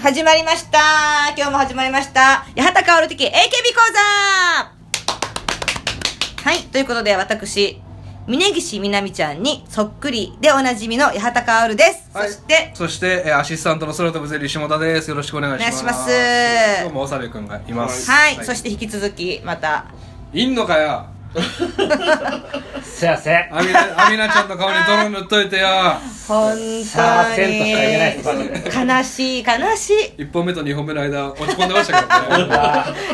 始まりました今日も始まりました八幡薫的 AKB 講座はい、ということで私、峯岸みなみちゃんにそっくりでおなじみの八幡薫です。はいそして、そして、えーアシスタントの空飛ぶゼリー下田です。よろしくお願いしまお願す。いします今日も長部くんがいます。はい、そして引き続き、また、いんのかよ。せやせア ミナ、アミナちゃんの顔に泥塗っといてよ。本さあ当せんとしか言えないですマにジで悲しい悲しい一本目と二本目の間、落ち込んでましたけどね。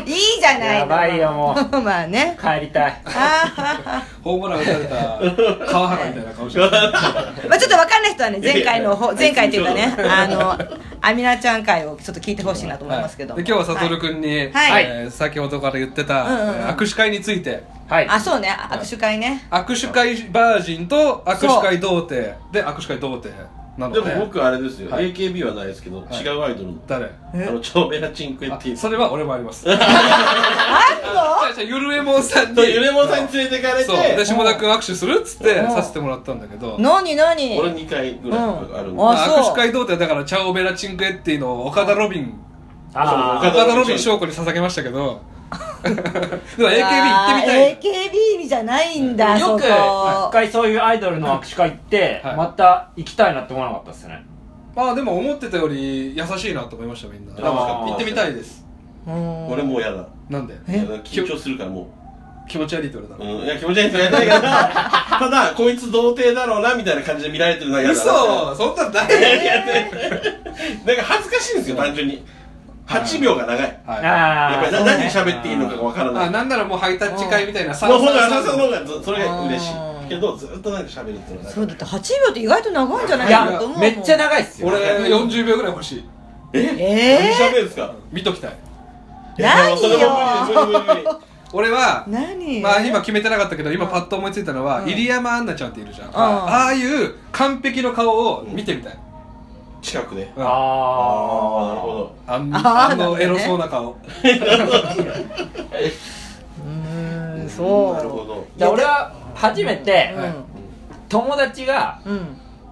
いいじゃないのやばいよも まあね帰りたいあホームラン打たれた川原みたいな顔してた。ーまあちょっと分かんない人はね前回のほ前回というかねあのアミナちゃん回をちょっと聞いてほしいなと思いますけど、はいで今日は悟くんに、えはいー先ほどから言ってうんうんうんた、えー握手会について、はいあそうね握手会ね握手会バージンと握手会童貞で握手会童貞なのでで。も僕あれですよ、はい AKB はないですけど、はい違うアイドルの誰あのチョーメラチンクエっあていうそれは俺もあ ります。じゃああじゃあゆるえもんさんに。ゆれもんさんに連れてかれそうでて下田君握手するっつってさせてもらったんだけどんの何何俺2回ぐらいあるんで、うんあまそうあ握手会童貞だからチャオベラチンクエっていうのを岡田ロビンあ岡ー田ロビン翔子に捧げましたけ どでも AKB 行ってみたい AKB じゃないんだよくそ一こ回そういうアイドルの握手会行ってはいまた行きたいなって思わなかったですねまあでも思ってたより優しいなと思いましたみんな楽しかった行ってみたいですうん俺もうやだなんでえ緊張するからも気持ち悪いって言わう、れうん、いや気持ち悪い人やないからただこいつ童貞だろうなみたいな感じで見られてるのはたの嫌だな嘘そんなんないよなんか恥ずかしいんですよ単純に8秒が長いはいやっぱありーな何喋っていいのかがわからあないなんならもうハイタッチ会みたいなの方がさそのさ方がそそれが嬉しいけどずっとなんか喋るっていうのがそうだって8秒って意外と長いんじゃないいかなとや思うもんめっちゃ長いっすよ俺40秒ぐらい欲しいえ何喋るんですか見ときたいえ何いやいやそれも無理無理無理無理無理俺はー、何まあ今決めてなかったけど今パッと思いついたのうは、ん入山アンナちゃんっているじゃんん、ああいう完璧の顔を見てみたい、近くでうんああああなるほどあんあーあのなるエほどロねそうな顔、うーんそうなるほどじゃあ俺は初めてはい友達がうん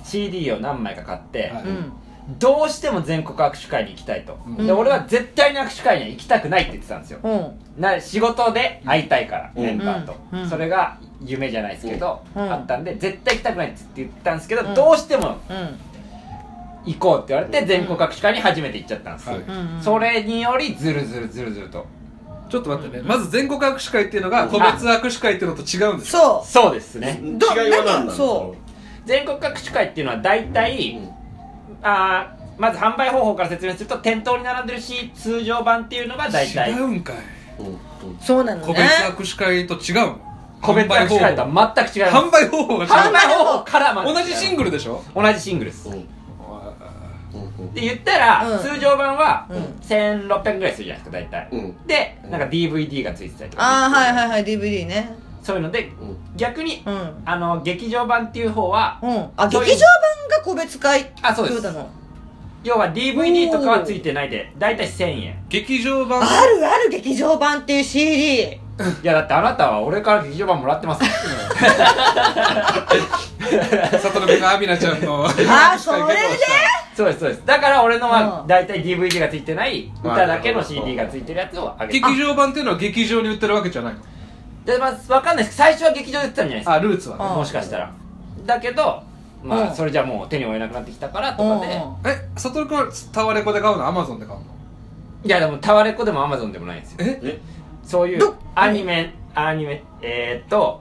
CD を何枚か買ってはいうんどうしても全国握手会に行きたいとうんで俺は絶対に握手会には行きたくないって言ってたんですようんな仕事で会いたいから、うんメンバーと、うんうんそれが夢じゃないですけど、うんあったんで絶対行きたくないっつって言ったんですけど、うんどうしてもうん行こうって言われて全国各地会に初めて行っちゃったんです、はいうんそれによりズルズルズルズルとちょっと待ってねまず全国握手会っていうのが個別握手会っていうのと違うんですそよそうですね違いどは何ななんかのそ全国各地会っていうのは大体、うんあーまず販売方法から説明すると店頭に並んでるし通常版っていうのが大違体うんかいううんうんうそうなの個別ね握手会と違うの個別握手会とは全く違います販売方法が違販う売方法からまで同じシングルでしょ同じシングルです、うんうんって言ったら、うん通常版はうん1600円ぐらいするじゃないですか大体、うんでなんか DVD がついてたりとかああはいはいはい DVD ねそういうのでうん逆に、うんあの劇場版っていう方はうんあ劇そう場いう版が個別会あそうですってことなの要は DVD とかはついてないで大体1000円劇場版あるある劇場版っていう CD いやだってあなたは俺から劇場版もらってます もんサトル君がアミナちゃんのあーそ れでそうですそうですだから俺のはうん大体 DVD がついてないあ歌だけなのるほど CD がついてるやつをあげて劇場版っていうのは劇場に売ってるわけじゃないのでまあ分かんないです最初は劇場で売ってたんじゃないですかあルーツはねあもしかしたらだけどまうんあそれじゃもう手に負えなくなってきたからとうんかうんでえサトル君はタワレコで買うのアマゾンで買うのいやでもタワレコでもアマゾンでもないんですよええそういどうアニメアニメえー、っと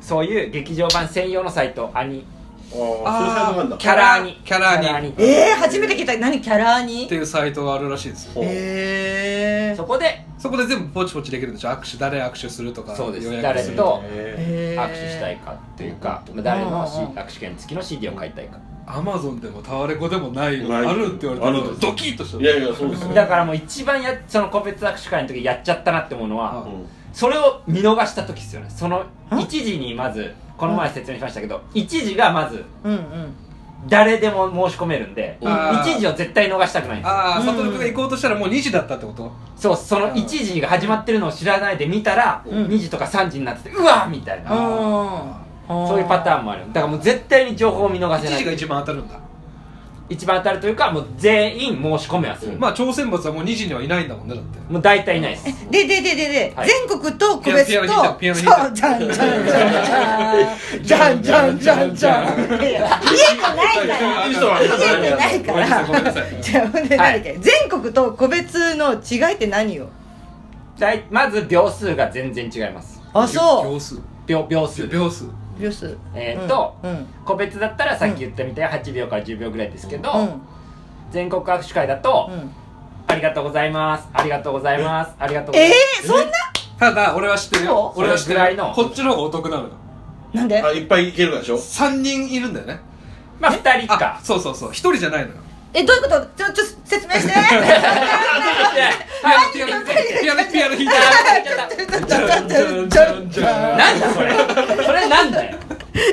そういう劇場版専用のサイトアニああそういうサイトなんだキャラアニキャラアニキャラアニえー、初めて聞いた何キャラにっていうサイトがあるらしいですよほうへえそこでそこで全部ポチポチできるんでしょ握手誰握手するとかそうです予約誰するとへ握握手したいかというか、まあ誰のしうんうんうん握手券付きの CD を買いたいかアマゾンでもタワレコでもないないあるって言われあてるんですドキッとしーたいやいやそうですよだからもう一番やその個別握手会の時やっちゃったなって思うのは、ううんそれを見逃した時ですよねそのん1時にまずこの前説明しましたけど1時がまずうんうん誰でも申し込めるんであー1時を絶対逃したくないんですよああうん悟君が行こうとしたらもう2時だったってことそうその1時が始まってるのを知らないで見たら、うん2時とか3時になっててうわーみたいな、あーそういうパターンもあるだからもう絶対に情報を見逃せ1ない時が一番当たるんだ一番当たるというかもう全員申し込めはする、うんまあ超選抜はもう2時にはいないんだもんねだってもう大体いないですででででで、はい全国と個別とピアノ弾そうじゃんじゃんじゃんじゃんじゃんじゃんじゃんじゃんいやいや見えてないからいい人は見えてないかごめんなさいごめんならさいじゃあほんで何だっけ全国と個別の違いって何よ大まず秒数が全然違いますあそう秒数秒秒数秒数秒数えーっとうんうん個別だったらさっき言ったみたいに8秒から10秒ぐらいですけど、うん全国握手会だと、うんありがとうございますありがとうございますありがとうございえますー、そんなただ俺は知ってるよそう俺は知ってるそれぐらいのこっちの方がお得なのよなんであいっぱいいけるからでしょ3人いるんだよねまあ2人あかそうそうそう1人じゃないのよえどういうことちょちょ説明してピアノピアノピアノ弾いてちょちょちょちょちょちょなんだそれそれなんだよ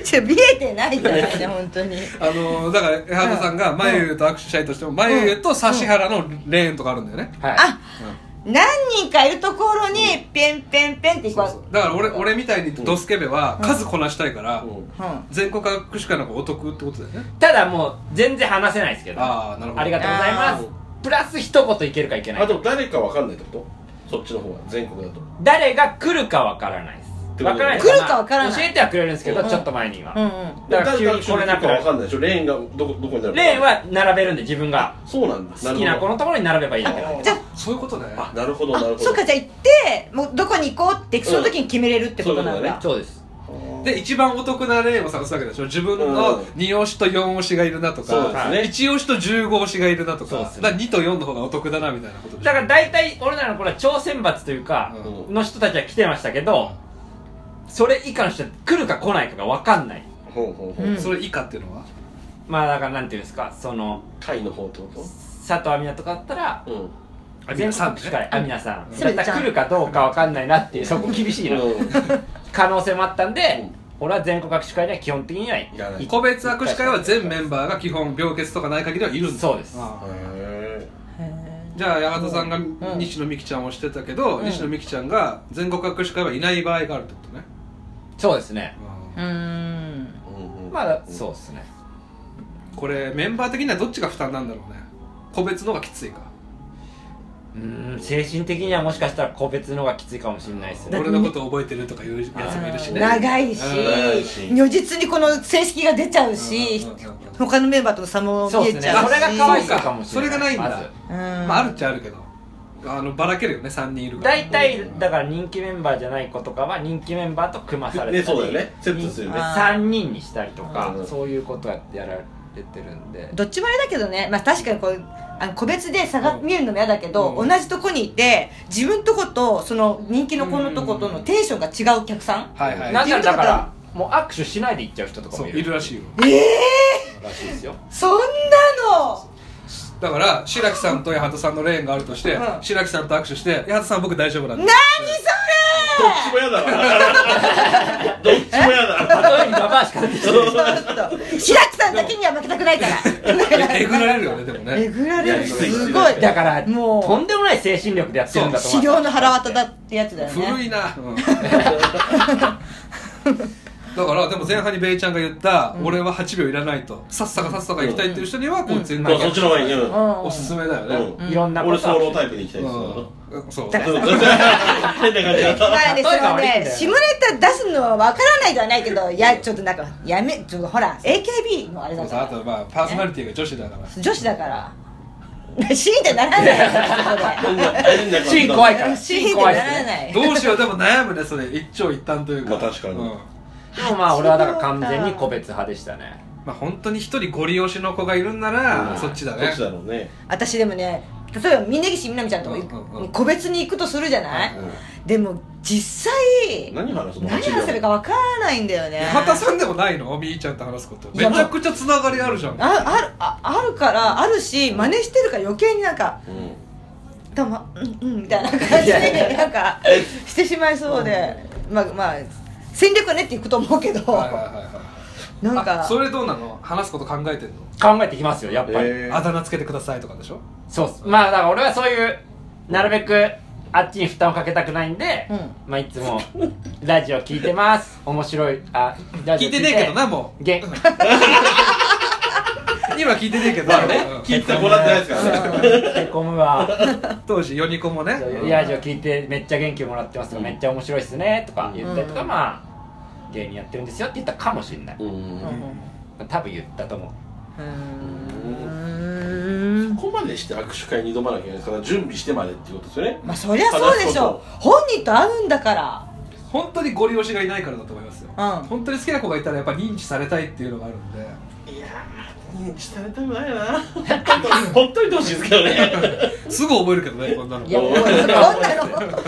ちょ見えてないからね本当にあのーだから江原さんが眉優と握手したいとしても眉優と指原のレーンとかあるんだよねはいあ何人かいるところにペンペンペンっていくそうわそうだから俺俺みたいにドスケベは数こなしたいからうんうん全国握手会の方がお得ってことだよねただもう全然話せないですけどあーなるほどありがとうございますプラス一言いけるかいけなあいかと誰かわかんないってことそっちの方は全国だと誰が来るかわからないですわからないです来るかわからないまあ教えてはくれるんですけど、うんちょっと前には、うんうんだから誰急がに来れななくかわかなんないでしょレーンがどこどこになるかレーンは並べるんで自分がそうなんだ好きな子るのところに並べばいいだけなんでじゃそういうことねほどあなるほどなるほあどそっかじゃあ行ってもうどこに行こうってその時に決めれるってことなんそういうだこそうですで一番お得な例を探すわけでしょ自分うのん2押しと4押しがいるなとそうか、ですね一1押しと15押しがいるなとそうかですねだ2と4の方がお得だなみたいなことでしょだから大体俺らの頃は超選抜というか、うんの人たちは来てましたけどそれ以下の人は来るか来ないかがわかんないほうほうほううんそれ以下っていうのはまあだからなんていうんですかその会の方ってこ佐藤亜美奈とかだったらとうんあ全さん国司会亜美奈さんそれだから来るかどうかわかんないなっていうそこ厳しいな可能性もあったんで、うん俺は全国学習会には基本的にはいらない個別握手会は全メンバーが基本病欠とかない限りはいるんだそうですああへへじゃあ八幡さんがん西野美紀ちゃんをしてたけど、うん西野美紀ちゃんが全国握手会はいない場合があるってことね、そうですねーうーんーうんうんまあそうですねこれメンバー的にはどっちが負担なんだろうね個別の方がきついかうーん精神的にはもしかしたら個別の方がきついかもしれないですね俺のこと覚えてるとかいうやつもいるしね長いし長いし如実にこの成績が出ちゃうしうんうんうんうん他のメンバーとの差もそう見えですちねゃうしそれが可愛可愛いいかかもしれないそれがないんだまずまあ、あるっるちゃあるけどあのばらけるよね3人いるから大体だから人気メンバーじゃない子とかは人気メンバーと組まされたり、ねそうだよねセットするよね3人にしたりとかうんそういうことやってやられてるんでどっちもあれだけどねまあ確かにこうあの個別で差が見えるのも嫌だけど、うん同じとこにいて自分とことその人気の子のとことのテンションが違うお客さん、はいはいなんないるっらだかてらもう握手しないで行っちゃう人とかそもういいるるらしいよええらしいですよそんなのだから白木さんと八幡さんのレーンがあるとして、うん白木さんと握手して八幡さん僕大丈夫なんで何どっちも嫌だな どっちも嫌だ例えにババアしか出てきてなそいれ白木さんだけには負けたくないからええぐられるよねでもえねぐられるいやすごいだからもうとんでもない精神力でやってるんだと思資う料の腹渡だってやつだよね古いな、うんだからでも前半にベイちゃんが言った、俺は8秒いらないとさっさかさっさか行きたいっていう人にはこう全ま然あそっちの方がいいうんうんおすすめだよね、うんいろんなこ俺とあソるロタイプでいきたいですうんそうだから変なだ感からね、例えばその悪いんねだ、よ下ネタ出すのは分からないではないけど、いや、ちょっとなんか、やめ、ちょっとほら、AKB のあれそだうかさあら、とまあパーソナリティが女子だから女子だから、シーンってならないよ、じ変な感じシーン怖いからシーンっシーンてな怖いらですねない。どうしようでも悩むねそれ一長一短というかまあ確かにうんでもまあ俺はだから完全に個別派でしたねまあ本当に一人ゴリ押しの子がいるんなら、うんそっちだねそっちだろうね私でもね、例えば峯岸みなみちゃんとかうんうんうん個別に行くとするじゃないでも、実際、何話すの何話せるか分からないんだよね。八幡さんでもないのみーちゃんと話すこといめやちゃくちゃつながりあるじゃんああるああるからあるし真似してるから余計になんかうんどうも、うんうんみたいな感じでなんかしてしまいそうで、まあまあ戦略はねっていくと思うけど、はいはいはいはいなんあかそれどうなの話すこと考えてんの、考えてきますよやっぱり、えーあだ名つけてくださいとかでしょそうっすまあだから俺はそういうなるべくあっちに負担をかけたくないんで、うんまあいつもラジオ聞いてます面白いあラジオ聞いてねえけどなもげには聞いてねえけどまあね聞いてもらってないですからね へこむわうん当時ヨニコもねそういやじゃあ聞いてめっちゃ元気もらってますとか、めっちゃ面白いっすねとか言ったりとか、うんまあ芸人やってるんですよって言ったかもしれない、うんうん多分言ったと思ううんうんここまでして握手会に挑まなきゃいけないですから準備してまでっていうことですよねまあそりゃそうでしょ本人と会うんだから本当にゴリ押しがいないからだと思いますよ、うん本当に好きな子がいたらやっぱ認知されたいっていうのがあるんでいやー認知されたくないな ほっといてほしいですけどねすぐ覚えるけど ねこんなのいやもうそんなの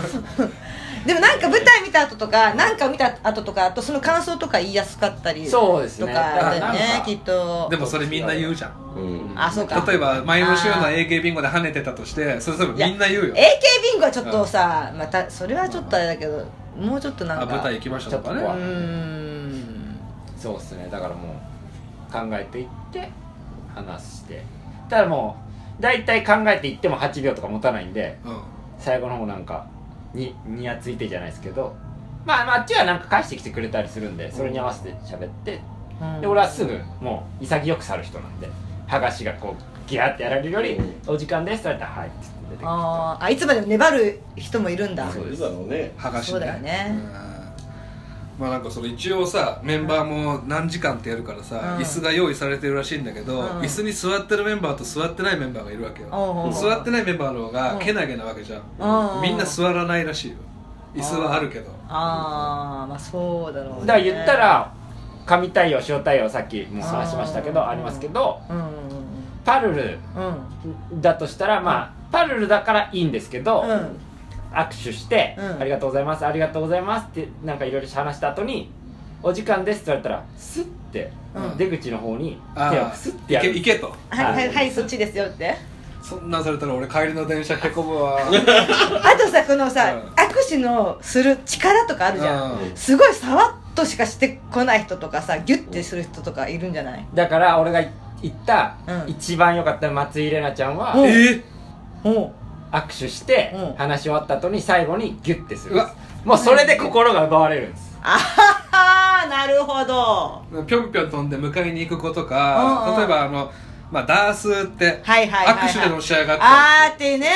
でもなんか舞台見た後とかなんか見た後とかあとその感想とか言いやすかったりとそうですかねだだよからなんねかきっとでもそれみんな言うじゃんうんあそうか例えば前の週のあー AK ビンゴで跳ねてたとしてそれ多分みんな言う AK よビンゴはちょっとさまたそれはちょっとあれだけどもうちょっとなんあか舞台行きましたとかねちょっとう怖いーんそうですねだからもう考えていって話してただもう大体考えていっても8秒とか持たないんでうん最後の方なんかににやついてじゃないですけどまあまああっちはなんか返してきてくれたりするんでそれに合わせて喋ってで俺はすぐもう潔く去る人なんで剥がしがこうギャーってやられるより「お時間です」って言われたら「はい」って言って出てきてあーあいつまでも粘る人もいるんだそうですだろうね剥がしそうだよねうんまあなんかその一応さメンバーも何時間ってやるからさ、うん椅子が用意されてるらしいんだけど、うん椅子に座ってるメンバーと座ってないメンバーがいるわけよ、おうおうおう座ってないメンバーの方うがんけなげなわけじゃん、うんみんな座らないらしいよ椅子はあるけどああまあそうだろうねだから言ったら神対応塩対応さっきもう話しましたけあどーありますけどうんうんパルルうんうんだとしたらまあパルルだからいいんですけど、うん握手して、うんありがとうございますありがとうございます」ってなんかいろいろ話した後に「お時間です」って言われたらスッて、うん出口の方にあ手をあスッてや行ける行けとはいはいはいそっちですよってそんなんされたら俺帰りの電車へこむわあとさこのさ、うん握手のする力とかあるじゃん、うんすごいさわっとしかしてこない人とかさギュッてする人とかいるんじゃないだから俺が言った、うん一番良かった松井玲奈ちゃんは、うんえーお握手して、うん話し終わった後に最後にギュッてするんでうわすもうそれで心が奪われるんですあははなるほどぴょんぴょん飛んで迎えに行く子とうんうかん例えばあの、まあ、ダースってはいはいはい、はい、握手でのし上がってあーってね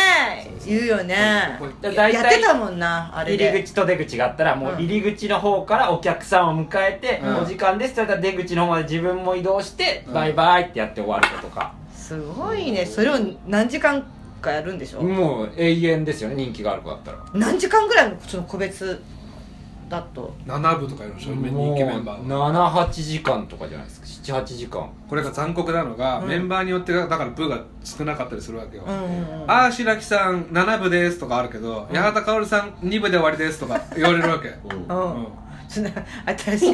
言うよねこうだや大体やってたもんなあれ入でり口と出口があったらもう入り口の方からお客さんを迎えて、うんお時間ですって言われたら出口の方まで自分も移動して、うんバイバイってやって終わることかすごいねそれを何時間かやるんでしょ、もう永遠ですよね人気がある子だったら何時間ぐらいのその個別だと7部とかいるでしょ人気メンバーは78時間とかじゃないですか78時間これが残酷なのが、うんメンバーによってだから部が少なかったりするわけよ、うんうんうんああ白木さん7部ですとかあるけど、八幡薫さん2部で終わりですとか言われるわけう んうんうんそんな新しい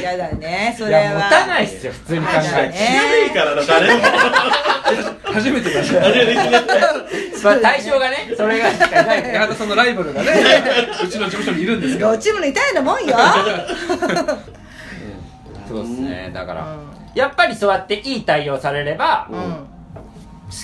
嫌だねそいれはや持た ないっすよ普通に考はい確かはにいえ知らねえからな誰も初めてだし誰でて、まあ、対象がねそれがしかいない八幡さんのライバルがねうちの事務所にいるんですけど両チームの痛いのもんよ、そうですねだかうら、んやっぱりそうやっていい対応されれば、うん、好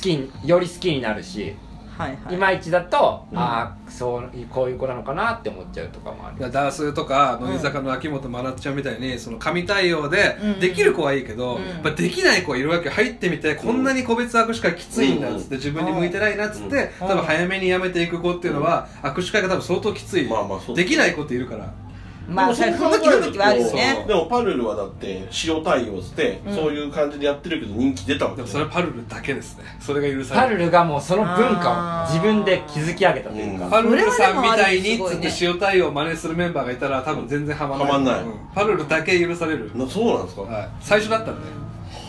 きにより好きになるし、はいはいい、まいちだと、ああそうこういう子なのかなって思っちゃうとかもあるダースとか乃木坂の秋元真夏ちゃんみたいにその神対応でうんできる子はいいけど、うんやっぱできない子いるわけ入ってみてこんなに個別握手会きついんだっつって自分に向いてないなっつってうん多分早めにやめていく子っていうのは握手会が多分相当きついまあまあそうできない子っているからまあそれ不向き不向きはあるよそねうでもパルルはだって塩対応して、うんそういう感じでやってるけど人気出たわけでもねそれはパルルだけですねそれが許されパるルルがもうその文化あをー自分で築き上げたというか、うんパルルさんみたいにっそれはでもつあっるて塩対応を真似するメンバーがいたら多分全然ハマないハマんないうんパルルだけ許される、なそうなんですか、はい、最初だったんで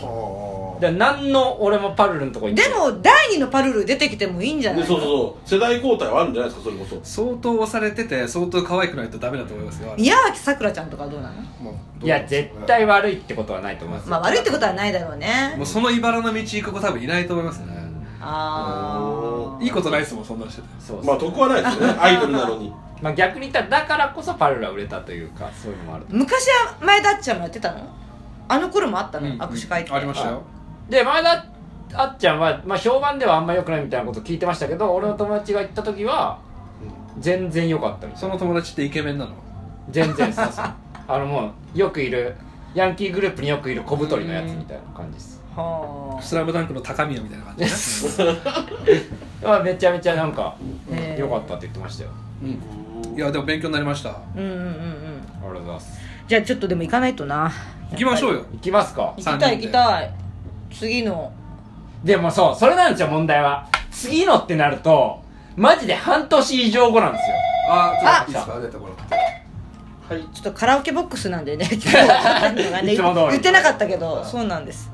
はだから何の俺もパルルのとこ行っでても第二のパルル出てきてもいいんじゃあなでいそうそうそう世代交代はあるんじゃないですかそれこそ相当押されてて相当可愛くないとダメだと思いますよあれ宮脇さくらちゃんとかどうなのもうどういや絶対悪いってことはないと思います、まあ悪いってことはないだろうねもうその茨の道行く子多分いないと思いますねああいいことないですもんそんなんしててそうそうまあ得はないですよね アイドルなのにまあ、逆に言ったらだからこそパルラ売れたというかそういうのもある昔は前田あっちゃんもやってたのあの頃もあったの、うん握手会ってありましたよで前田あっちゃんは、まあ、評判ではあんま良くないみたいなこと聞いてましたけど俺の友達が行った時は全然良かったみたいその友達ってイケメンなの全然そうそうあのもうよくいるヤンキーグループによくいる小太りのやつみたいな感じです、はスラムダンクの高宮みたいな感じねまあ、めちゃめちゃなんかへー良かったって言ってましたようんいやでも勉強になりましたあうんうんうんうんありがとうございますじゃあちょっとでも行かないとな行きましょうよ行きますか行きたい三人行できたい次のでもそうそれなんですよ問題は次のってなるとマジで半年以上後なんですよあちょっとあいいですか出てこなくてはいちょっとカラオケボックスなんでね 今日は何がねいつも通り言ってなかったけどそうなんです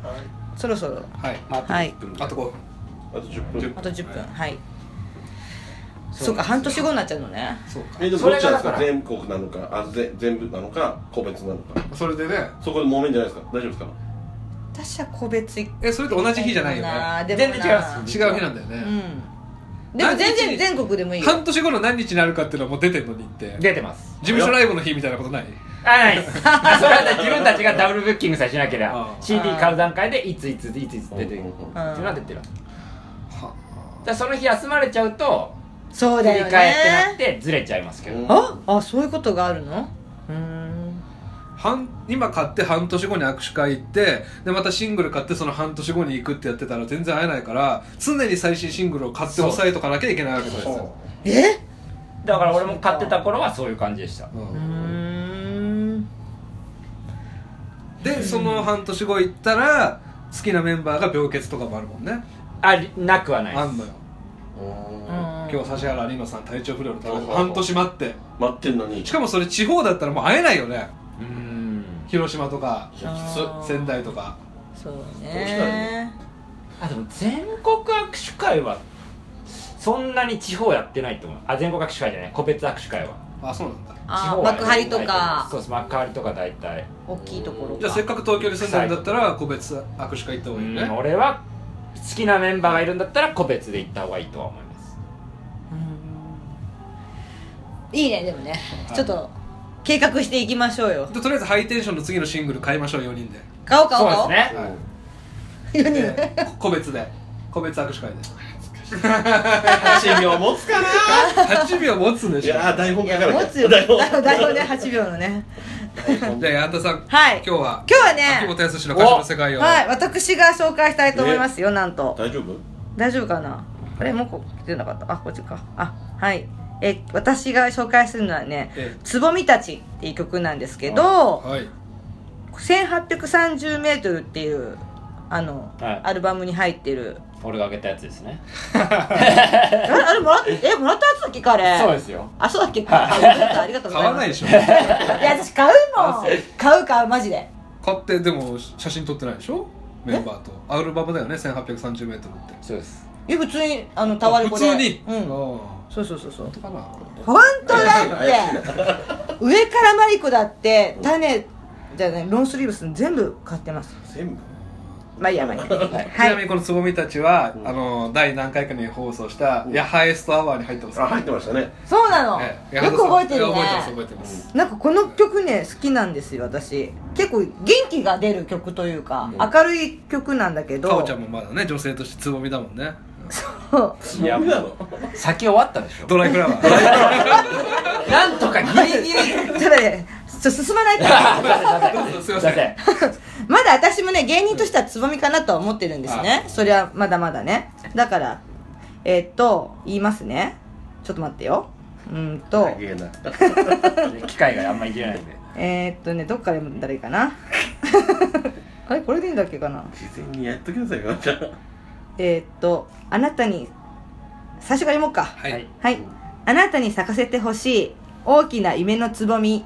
そろそろはいまああとはい10分あとこあと10分あと10分はいそうそうか半年後になっちゃうのねうそうかえでもどっちなそれがんでだすかから全国なのかあぜ全部なのか個別なのかそれでねそこで揉めんじゃないですか大丈夫ですか私は個別行えそれと同じ日じゃないよねでも全然違いなます違う日なんだようね、んでも全然全国でもいいよ半年後の何日になるかっていうのはもう出てんのにって事出てます務所ライブの日みたいなことないあないです それはね自分たちがダブルブッキングさえしなければうん CD 買う段階でいついついついつ出てくるっうんていううんのは出てるだからその日休まれちゃうとそう振だりよ替えってねなってずれちゃいますけどうんああそういうことがあるのうーん半今買って半年後に握手会行ってでまたシングル買ってその半年後に行くってやってたら全然会えないから常に最新シングルを買って押さえとかなきゃいけないわけですよ、えだから俺も買ってた頃はそういう感じでしたうんうーんでその半年後行ったら好きなメンバーが病欠とかもあるもんねあなくはないあんでのようん今日指原莉乃さん体調不良のためうん半年待って待ってんのにしかもそれ地方だったらもう会えないよねすうん広島とかいやきつあー仙台とかそうどうしたらねあでも全国握手会はそんなに地方やってないと思うあ全国握手会じゃない個別握手会はあそうなんだ地あ方は幕張とかそうです幕張とか大体大きいところじゃあせっかく東京に住んでるんだったら個別握手会行った方がいいようねん俺は好きなメンバーがいるんだったら個別で行った方がいいとは思いますうんいいねでもねはいちょっと計画していきましょうよでとりあえずハイテンションの次のシングル買いましょう4人で買おう買おそううで買おすうねで個別で個別握手会で8秒持つかな8秒持つんでいしょやー台本い書かなやきゃ持つよ台台本本台本ね8秒のねじゃあ矢田さんはい今日は今日は秋元ね康の歌詞の世界をはい私が紹介したいと思いますよなんと 大丈夫大丈夫かなあれもうこ出てなかったあこっちかあはいえ私が紹介するのはねえ「つぼみたち」っていう曲なんですけどはい1830メートルっていうあの、はいアルバムに入ってる俺があげたやつですねあれあれもらっえもらったやつだっけかあれそうですよあそうだっけかあありがとうござ買いわますないでしょいや私買うもん買う買うマジで買ってでも写真撮ってないでしょメンバーとアルバムだよね 1830m ってそうですいや普通にあのタワレコで普通にうんあそうそうそうそうあかな本当だって上からマリコだって種じゃないロンスリーブス全部買ってます全部まあいいやまあいい やはい、ちなみにこのつぼみたちは、あの第何回かに放送した「んヤハエストアワー」に入ってますあ入ってましたねそうなの、ええよく覚えてるね覚えてます覚えてますなんかこの曲ね好きなんですよ私結構元気が出る曲というか、明るい曲なんだけどか おちゃんもまだね女性としてつぼみだもんねそうつぼみなの先終わったでしょドライフラワーなんとか ギリギリちょっとねちょ進まないからすいまだせっんてまだ私もね芸人としてはつぼみかなとは思ってるんですねそれはまだまだねだからえーっと言いますねちょっと待ってようーんと長えな機械があんまりいけないんでえーっとねどっから読んだらいいかなあれこれでいいんだっけかな事前にやっときなさいよじゃあえーっとあなたに最初から読もうかはい、はいはい、あなたに咲かせてほしい大きな夢のつぼみ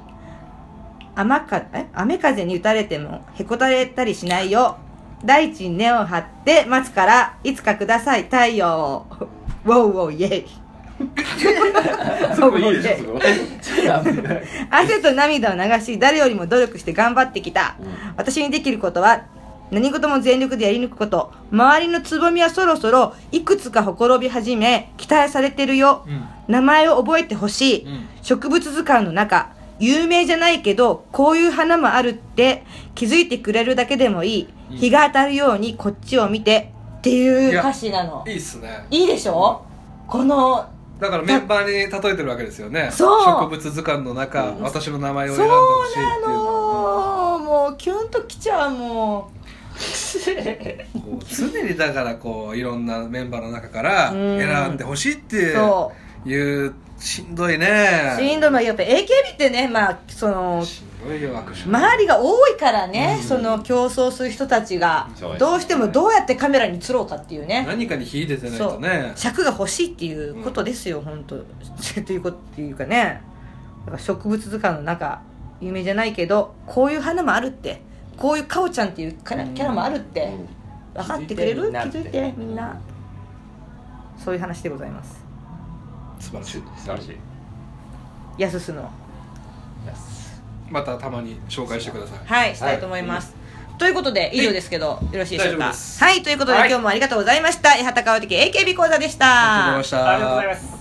雨かえ雨風に打たれてもへこたれたりしないよ大地に根を張って待つからいつかください太陽をウォウウォウイ ェイそこいいでしょそこ 汗と涙を流し誰よりも努力して頑張ってきた、私にできることは何事も全力でやり抜くこと周りのつぼみはそろそろいくつかほころび始め期待されてるよ、うん名前を覚えてほしい、うん植物図鑑の中有名じゃないけどこういう花もあるって気づいてくれるだけでもいい、日が当たるようにこっちを見てっていう歌詞なのいいっすねいいでしょこのだからメンバーに例えてるわけですよねそう植物図鑑の中、私の名前をそ選んでほしいっていううなのももうキュンときちゃうもこう常にだからこういろんなメンバーの中からうん選んでほしいってういうそしんどいうねしんどいまあやっぱ AKB ってねまあそのしんどいよ握手周りが多いからね、うんその競争する人たちがそうですねどうしてもどうやってカメラに映ろうかっていうね何かに秀でてないとね尺が欲しいっていうことですよ、本当 っていうことっていうかねやっぱ植物図鑑の中有名じゃないけどこういう花もあるってこういうカオちゃんっていうキャラキャラもあるって、分かってくれる気気づづいていてみんなそういう話でございます素晴らしい素晴らしいやすすのまたたまに紹介してくださいはいしたいと思います、ということで以上ですけどよろしいでしょう大丈夫かですはいということで、はい今日もありがとうございました八幡川的 AKB 講座でしたありがとうございましたありがとうございます